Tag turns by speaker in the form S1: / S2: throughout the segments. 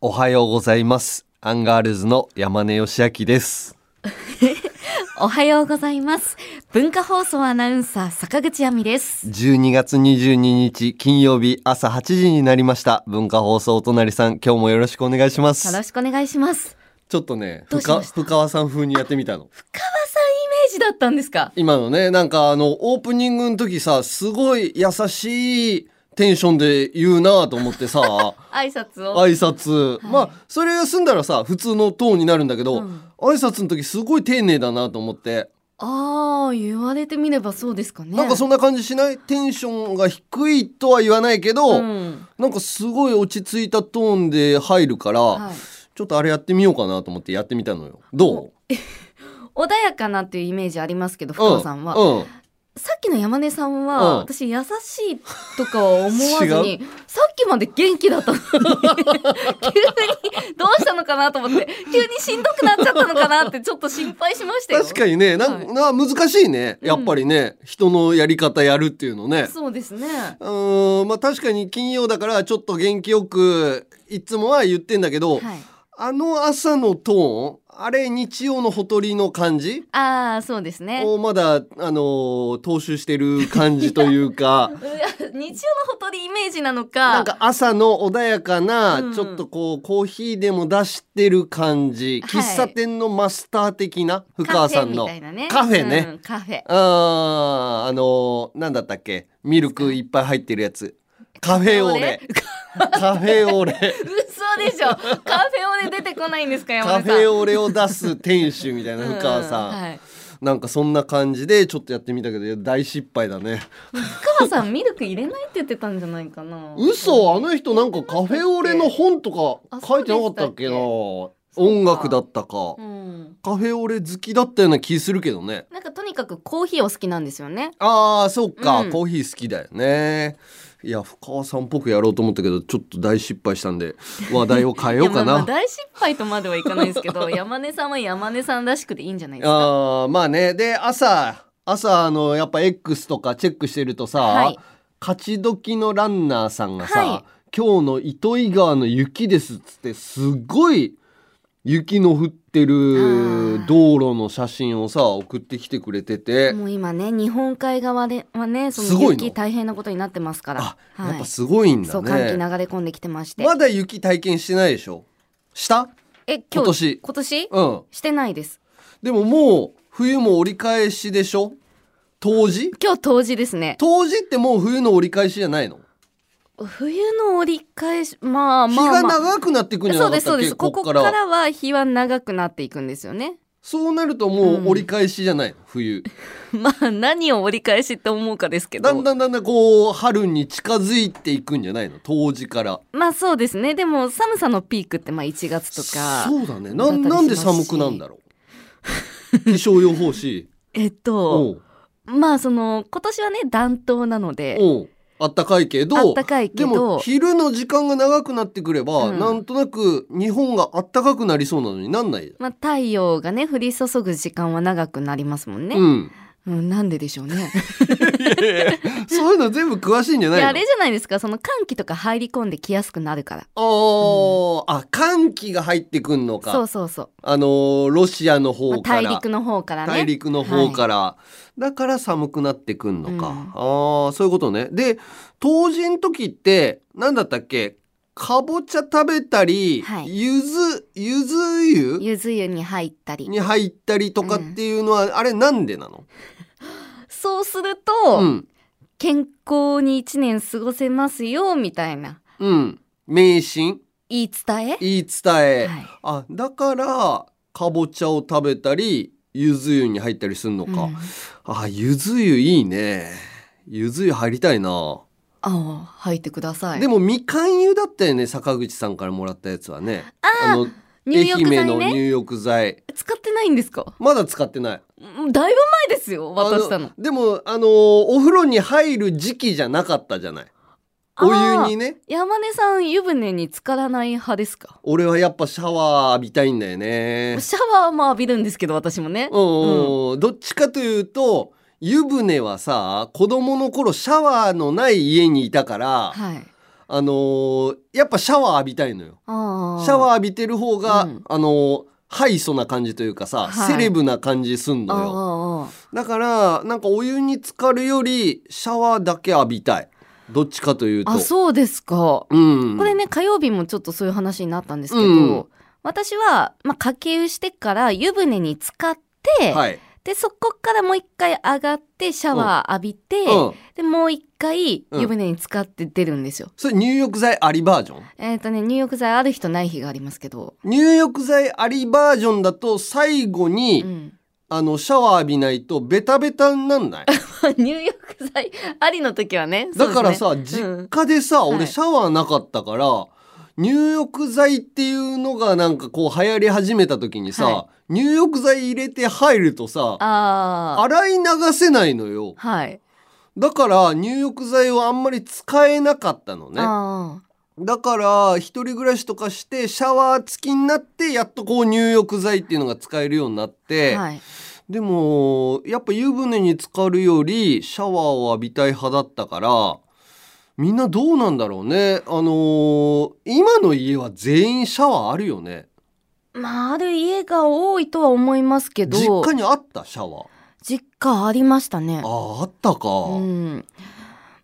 S1: おはようございます。アンガールズの山根義明です。
S2: おはようございます。文化放送アナウンサー坂口亜美です。
S1: 12月22日金曜日朝8時になりました。文化放送お隣さん、今日もよろしくお願いしま
S2: よろ
S1: す。
S2: しくお願いします。
S1: ちょっとね、
S2: ど
S1: ふ
S2: うしま
S1: か
S2: した
S1: 深川さん風にやってみたの。
S2: 川さんイメージだったんですか。
S1: 今のね、なんかあの、オープニングの時さ、すごい優しいテンションで言うなと思って さ、
S2: 挨拶を。
S1: 挨拶、
S2: はい
S1: まあそれが済んだらさ普通のトーンになるんだけど、
S2: うん
S1: 挨拶の時すごい丁寧だなと思って、
S2: ああ、言われてみればそうですかね。
S1: なんかそんな感じしないテンションが低いとは言わないけど、
S2: うん。
S1: なんかすごい落ち着いたトーンで入るから、
S2: はい
S1: ちょっとあれやってみようかなと思ってやってみたのよど
S2: 穏やかなっていうイメージありますけど、
S1: う、う
S2: 深川さんは。
S1: うん
S2: さっきの山根さんは、
S1: うん
S2: 私優しいとかは思わず に、さっきまで元気だったのに、急にどうしたのかなと思って、急にしんどくなっちゃったのかなってちょっと心配しましたよ。
S1: 確かにねなん、
S2: はい
S1: な難しいねやっぱりね、人のやり方やるっていうのね
S2: そうですね。
S1: うーんまあ確かに金曜だからちょっと元気よくいつもは言ってんだけど、
S2: はい。
S1: あの朝のトーンあれ日曜のほとりの感じ
S2: ああ、そうですね。
S1: をまだあのー踏襲してる感じという か
S2: うわ日曜のほとりイメージなのか。
S1: なんか朝の穏やかな、
S2: うん
S1: ちょっとこうコーヒーでも出してる感じ、
S2: はい
S1: 喫茶店のマスター的な
S2: カ
S1: 福川さんの
S2: フェみたいなね。
S1: カフェね
S2: うんカフェ。
S1: あーあのーなんだったっけミルクいっぱい入ってるやつカフェオレ カフェオレ
S2: 嘘でしょ。カフェオレ出てこないんですか、山
S1: カ
S2: 根
S1: フ
S2: さん。
S1: ェオレを出す店主みたいな
S2: うん
S1: 福川さん、
S2: はい
S1: なんかそんな感じでちょっとやってみたけど大失敗だね
S2: 福川さんミルク入れないって言ってたんじゃないかな。
S1: 嘘あの人なんかカフェオレの本とか
S2: あ
S1: 書いてなかったっけな音楽だったか
S2: うん。
S1: カフェオレ好きだったような気するけどね
S2: なんかとにかくコーヒーお好きなんですよね。
S1: あーそうか、
S2: うん
S1: コーヒー好きだよねいや深川さんっぽくやろうと思ったけどちょっと大失敗したんで話題を変えようか
S2: いやまあまあ
S1: な
S2: 大失敗とまではいかないですけど、 山根さんは山根さんらしくていいんじゃないですか。
S1: あーまあねで朝朝あのやっぱ X とかチェックしてるとさ、
S2: はい
S1: 勝ち時のランナーさんがさ、
S2: はい
S1: 今日の糸魚川の雪ですっつってすごい雪の降ってる
S2: あー
S1: 道路の写真をさ送ってきてくれてて、
S2: もう今ね、日本海側ではね、そ
S1: す
S2: の
S1: ごいの
S2: 雪大変なことになってますから。
S1: あ、
S2: はい
S1: やっぱすごいん
S2: そ
S1: だ
S2: う寒気流
S1: ね
S2: れ込んできてまして、
S1: まだ雪体験してないでしょした
S2: え今日
S1: 今年
S2: 今年
S1: うん
S2: してないです
S1: でももう冬も折り返しでしょ冬至
S2: 今日冬至ですね
S1: 冬至ってもう冬の折り返しじゃないの
S2: 冬の折り返しまあ
S1: 日
S2: まあ、
S1: が
S2: まあ、
S1: 長くなっていくんじゃな
S2: そう
S1: か
S2: で
S1: っ
S2: すそ
S1: た
S2: う
S1: っ
S2: で
S1: け
S2: す
S1: こ
S2: こ
S1: こ
S2: こ
S1: か
S2: かららは日は長くなっていくんですよ ね
S1: そうなるともううん折り返しじゃない、冬
S2: まあ何を折り返しって思うかですけど
S1: だんだんだんだんこう春に近づいていくんじゃないの冬至から
S2: まあそうですねでも寒さのピークってまあ1月とか
S1: そうだねな
S2: だったりしますし
S1: なんで寒くなんだろう気象予報 士
S2: えっ
S1: お
S2: と
S1: う
S2: まあその今年はね暖冬なので
S1: おうあったかいけど
S2: あったかいけ
S1: でも
S2: ど
S1: 昼の時間が長くなってくれば、
S2: うん
S1: なんとなく日本があったかくなりそうなのになんない、
S2: まあ太陽がね降り注ぐ時間は長くなりますもんね、
S1: うん
S2: うん、なんででしょうね
S1: そういうの全部詳しいんじゃないいの
S2: やあれじゃないですかその寒気とか入り込んできやすくなるから
S1: あー、あ寒気が入ってくんのか
S2: そうそうそう、
S1: あのーロシアの
S2: ま
S1: 方か
S2: あ
S1: ら、
S2: 大陸の方からね
S1: 大陸の方から、だから寒くなってくんのか、
S2: うん
S1: ああそういうことねで冬至の時って何だったっけかぼちゃ食べたり、
S2: はい
S1: ゆずゆず湯
S2: ゆず湯に入ったり
S1: に入ったりとかっていうのは、あれなんでなの、
S2: そうする
S1: う
S2: と、
S1: ん
S2: 健康に一年過ごせますよみたいな
S1: うん、迷信
S2: 言い伝え
S1: 言い伝え、
S2: はい
S1: あだからかぼちゃを食べたりゆず湯に入ったりするのか、
S2: うん
S1: あゆず湯いいねゆず湯入りたいな
S2: ああ入ってください
S1: でもみかん湯だったよね坂口さんからもらったやつはね
S2: あ
S1: の
S2: 入
S1: 愛
S2: 浴
S1: 媛
S2: 剤
S1: の
S2: ね
S1: 入浴剤
S2: 使ってないんですか
S1: まだ使ってない
S2: うんだいぶ前ですよ渡したの
S1: あでもあのーお風呂に入る時期じゃなかったじゃないお湯に
S2: ああ
S1: ね
S2: 山根さん湯船に浸からない派ですか
S1: 俺はやっぱシャワー浴びたいんだよね
S2: シャワーも浴びるんですけど私もね
S1: うんうんうんどっちかというと湯船はさ子供の頃シャワーのない家にいたから、
S2: はい
S1: あのーやっぱシャワー浴びたいのよ。
S2: あ
S1: シャワー浴びてる方が、
S2: うん
S1: あのーハイソな感じというかさ、
S2: はい
S1: セレブな感じすん
S2: あ
S1: のよ。
S2: ああ
S1: だから、なんかお湯に浸かるより、シャワーだけ浴びたい。どっちかというと。
S2: あそうですか
S1: うん。
S2: これね火曜日もちょっとそういう話になったんですけど、
S1: うん
S2: 私は、まあ、掛け湯してから湯船に浸かって、
S1: はい。
S2: でそこからもう一回上がってシャワー浴びて、
S1: うん。
S2: でもう一回
S1: うん
S2: 湯船に浸かって出るんですよ。
S1: それ入浴剤ありバージョン
S2: えっ、とね入浴剤ある日とない日がありますけど、
S1: 入浴剤ありバージョンだと最後に、
S2: うん、
S1: あのシャワー浴びないとベタベタになんない
S2: 入浴剤ありの時はね
S1: だからさ、
S2: そうですねうん
S1: 実家でさ、
S2: は
S1: 俺
S2: い
S1: シャワーなかったから、入浴剤っていうのがなんかこう流行り始めた時にさ、
S2: は
S1: 入浴剤入れて入るとさ
S2: ああ
S1: 洗い流せないのよ
S2: はい、
S1: だから入浴剤はあんまり使えなかったのね
S2: あ
S1: だから一人暮らしとかしてシャワー付きになってやっとこう入浴剤っていうのが使えるようになって、
S2: あはい
S1: でもやっぱ湯船に浸かるよりシャワーを浴びたい派だったからみんなどうなんだろうねあのー今の家は全員シャワーあるよね
S2: まあある家が多いとは思いますけど
S1: 実家にあったシャワー
S2: 実家ありましたね
S1: あああったか、
S2: うん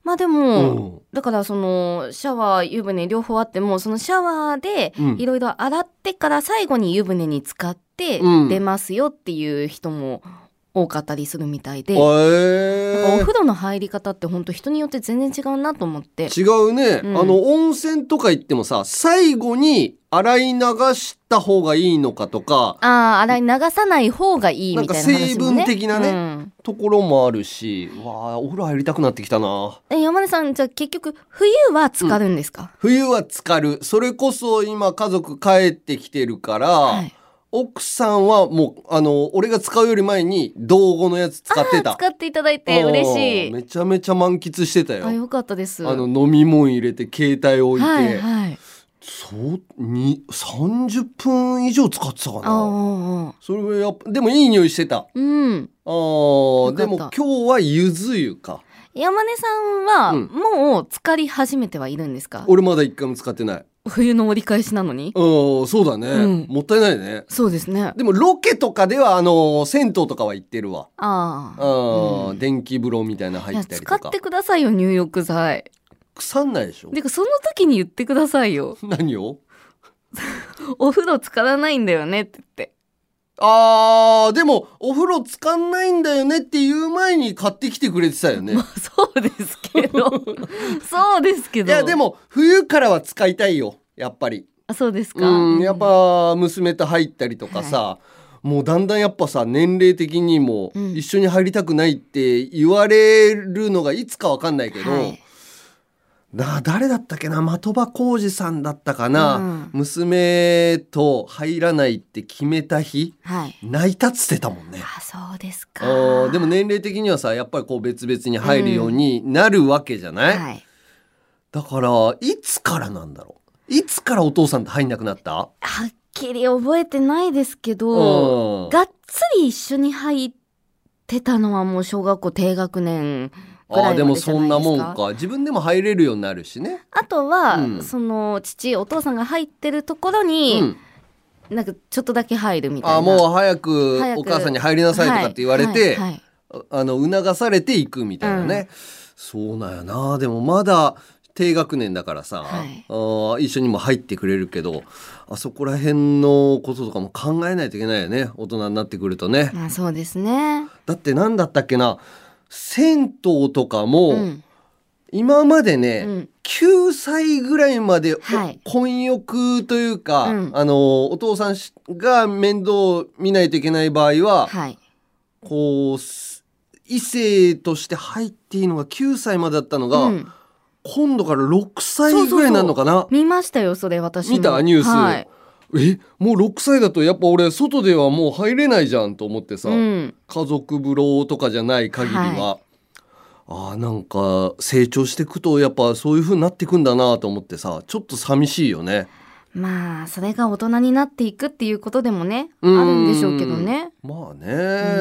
S2: まあで
S1: う
S2: も、
S1: ん
S2: だからそのシャワー湯船両方あってもそのシャワーで
S1: うん
S2: いろいろ洗ってから最後に湯船に浸かって
S1: うん
S2: 出ますよっていう人も多かったりするみたいで、
S1: え
S2: なんかお
S1: ー
S2: 風呂の入り方って本当人によって全然違うなと思って
S1: 違うね、
S2: うん
S1: あの温泉とか行ってもさ最後に洗い流した方がいいのかとか
S2: ああ洗い流さない方がいいみたいな話もね
S1: なんか成分的なね
S2: うん
S1: ところもあるしわあお風呂入りたくなってきたな
S2: え山根さんじゃあ結局冬は浸かるんですか、
S1: 冬は浸かるそれこそ今家族帰ってきてるから、
S2: はい、
S1: 奥さんはもうあの俺が使うより前に道後のやつ使ってた
S2: 使っていただいて嬉
S1: う
S2: し
S1: ん
S2: い
S1: めちゃめちゃ満喫してたよ
S2: あよかったです
S1: あの飲み物入れて携帯置いて、
S2: はいはい
S1: そうに30分以上使ってたか
S2: ああ
S1: なそれはやっぱでもいい匂いしてたあ
S2: うん
S1: ーで
S2: よ
S1: も
S2: か
S1: 今
S2: った
S1: 日はゆず湯か
S2: 山根さんは、
S1: うん
S2: もう浸かり始めてはいるんですか
S1: 俺まだ一回も使ってない
S2: 冬の折り返しなのに
S1: うんそうだね、
S2: うん
S1: もったいないね
S2: そうですね
S1: でもロケとかではあの銭湯とかは行ってるわ
S2: あ
S1: あ
S2: あ
S1: ー
S2: うん
S1: 電気風呂みたいなの
S2: い
S1: 入
S2: や
S1: ったりと
S2: 使
S1: か
S2: ってくださいよ入浴剤
S1: 腐んないでしょ
S2: てかその時に言ってくださいよ
S1: 何を
S2: お風呂浸からないんだよねって言って
S1: あーでもお風呂使んないんだよねっていう前に買ってきてくれてたよね
S2: まあそうですけ どそうですけ
S1: い
S2: ど
S1: やでも冬からは使いたいよやっぱり
S2: あそうですか
S1: うんやっぱ娘と入ったりとかさ、もうだんだんやっぱさ年齢的にも
S2: うん
S1: 一緒に入りたくないって言われるのがいつかわかんないけど、
S2: はい
S1: な誰だったっけな的場浩二さんだったかな、
S2: うん
S1: 娘と入らないって決めた日
S2: はい
S1: 泣いたっつってたもんね
S2: あそうです
S1: あ
S2: か
S1: ーでも年齢的にはさやっぱりこう別々に入るようになるわけじゃない、
S2: はい
S1: だからいつからなんだろういつからお父さんって入んなくなった
S2: はっきり覚えてないですけ
S1: う
S2: ど
S1: ん
S2: がっつり一緒に入ってたのはもう小学校低学年ぐ
S1: あ
S2: ら
S1: あ
S2: いまでじゃないですか
S1: でもそんなもんか自分でも入れるようになるしね、
S2: あとは、
S1: うん
S2: その父お父さんが入ってるところ
S1: う
S2: に、
S1: ん、
S2: なんかちょっとだけ入るみたいな
S1: ああもう早く
S2: 早く
S1: お母さんに入りなさいとかって言われて、
S2: はいはいはい
S1: あの促されていくみたいなね、
S2: うん
S1: そうなんやなでもまだ低学年だからさ、
S2: はい
S1: あー一緒にも入ってくれるけどあそこら辺のこととかも考えないといけないよね大人になってくるとね、
S2: まあそうですね
S1: だって何だったっけな銭湯とかも、
S2: うん
S1: 今までね、
S2: うん
S1: 9歳ぐらいまで、
S2: はい
S1: 婚欲というか、
S2: うん
S1: あのお父さんしが面倒を見ないといけない場合は、
S2: はい
S1: こうす異性として入っていいのが9歳までだったのが、
S2: うん
S1: 今度から6歳ぐらいになるのかな
S2: 見ましたよそれ私も
S1: 見たニュース、
S2: はい
S1: えもう6歳だとやっぱ俺外ではもう入れないじゃんと思ってさ、
S2: うん、
S1: 家族風呂とかじゃない限りは、
S2: は
S1: あーなんか成長していくとやっぱそういう風になっていくんだなと思ってさちょっと寂しいよね
S2: まあそれが大人になっていくっていうことでもねあ
S1: うん
S2: るんでしょうけどね
S1: まあね、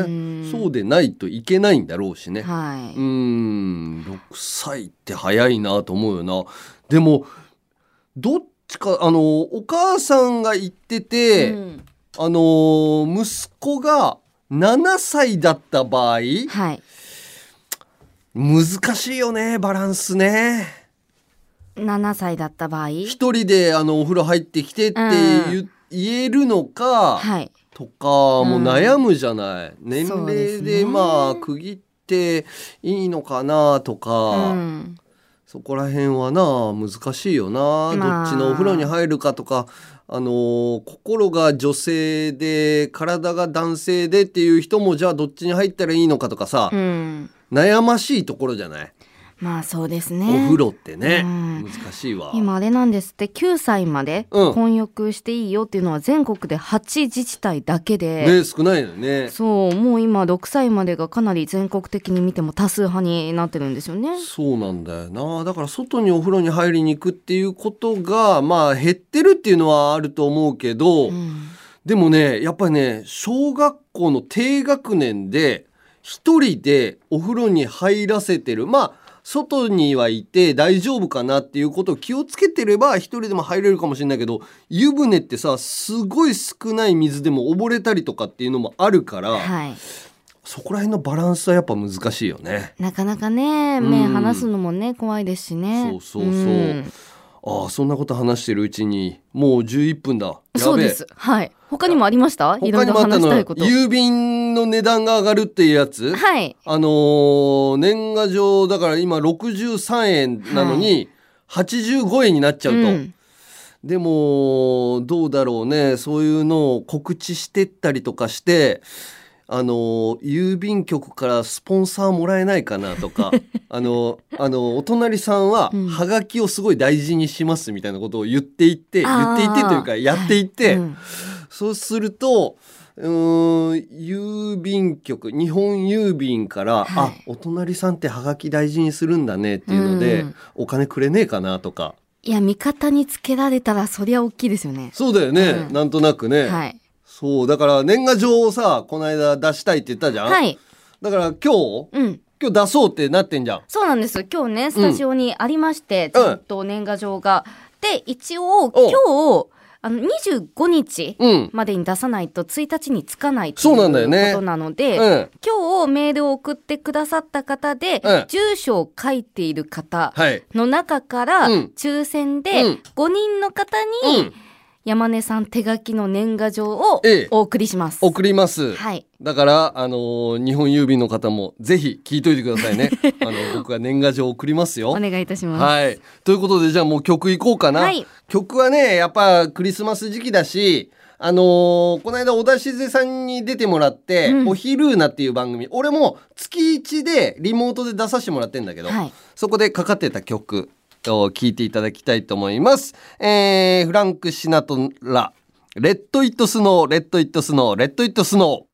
S2: うん
S1: そうでないといけないんだろうしね、
S2: は
S1: うーん6歳って早いなと思うよなでもどっちかあのお母さんが言ってて、
S2: うん
S1: あの息子が7歳だった場合
S2: はい
S1: 難しいよねバランスね。
S2: 7歳だった場合
S1: 一人であのお風呂入ってきてって言,、
S2: う
S1: 言えるのか、
S2: はい
S1: とかも悩むじゃない、年
S2: そう
S1: 齢
S2: です
S1: で
S2: ね
S1: まあ区切っていいのかなとか、
S2: うん
S1: そこら辺はな難しいよな、
S2: まあ
S1: どっちのお風呂に入るかとかあのー心が女性で体が男性でっていう人もじゃあどっちに入ったらいいのかとかさ
S2: う、ん
S1: 悩ましいところじゃない、
S2: まあそうです
S1: お
S2: ね
S1: 風呂ってね、
S2: うん
S1: 難しいわ。
S2: 今あれなんですって9歳まで
S1: うん
S2: 混浴していいよっていうのは全国で8自治体だけで、
S1: ね少ないよね。
S2: そうもう今6歳までがかなり全国的に見ても多数派になってるんですよね。
S1: そうなんだよなだから外にお風呂に入りに行くっていうことがまあ減ってるっていうのはあると思うけど、
S2: うん
S1: でもねやっぱりね小学校の低学年で一人でお風呂に入らせてるまあ外にはいて大丈夫かなっていうことを気をつけてれば一人でも入れるかもしれないけど湯船ってさすごい少ない水でも溺れたりとかっていうのもあるから、
S2: はい、
S1: そこら辺のバランスはやっぱ難しいよね。
S2: なかなかね
S1: うん
S2: 目離すのもね怖いですしね。
S1: そうそうそうんああそんなこと話してるうちにもう11分だやべえ
S2: そうです。はい。他にもありました？いろ
S1: 他
S2: い
S1: に
S2: ろ
S1: もあった
S2: 話し
S1: の
S2: た
S1: よ
S2: いこと。
S1: 郵便の値段が上がるっていうやつ
S2: はい。
S1: あのー年賀状だから今63円なのに85円になっちゃうと、
S2: うん
S1: でもどうだろうねそういうのを告知してったりとかしてあの郵便局からスポンサーもらえないかなとか あのあのお隣さんは
S2: うん
S1: ハガキをすごい大事にしますみたいなことを言っていって言
S2: あ
S1: っ
S2: ー
S1: ていってというかやっていって、
S2: うん
S1: そうするとうーん郵便局日本郵便から、
S2: は
S1: あ
S2: い
S1: お隣さんってハガキ大事にするんだねっていうので、
S2: うん
S1: お金くれねえかなとか
S2: いや味方につけられたらそりゃ大きいですよね。
S1: そうだよね、
S2: うん
S1: なんとなくね。
S2: はい。
S1: そうだから年賀状をさこの間出したいって言ったじゃん、
S2: はい。
S1: だから今日
S2: うん。
S1: 今日出そうってなってんじゃん
S2: そうなんです今日ねスタジオにありまして、ちょっと年賀状が。で一応今日あの25日
S1: うん
S2: までに出さないと1日につかないってい
S1: そう
S2: う
S1: なんだよね
S2: ことなので、
S1: うん
S2: 今日メールを送ってくださった方で、
S1: うん
S2: 住所を書いている方
S1: はい
S2: の中から、
S1: うん
S2: 抽選で
S1: うん
S2: 5人の方
S1: う
S2: に、
S1: ん
S2: 山根さん手書きの年賀状を
S1: ええ
S2: お送りします。
S1: 送ります、
S2: はい。
S1: だからあのー日本郵便の方もぜひ聞いといてください ねあの僕が年賀状送りますよ
S2: お願いいたします。
S1: はいということでじゃあもう曲いこうかな、
S2: はい
S1: 曲はねやっぱクリスマス時期だしあのーこの間小田静さんに出てもらって「
S2: うん
S1: おひるーな」っていう番組俺も月1でリモートで出させてもらってんだけど、
S2: はい
S1: そこでかかってた曲を聴いていただきたいと思います。えーフランク・シナトラ、レッド・イット・スノー、レッド・イット・スノー、レッド・イット・スノー。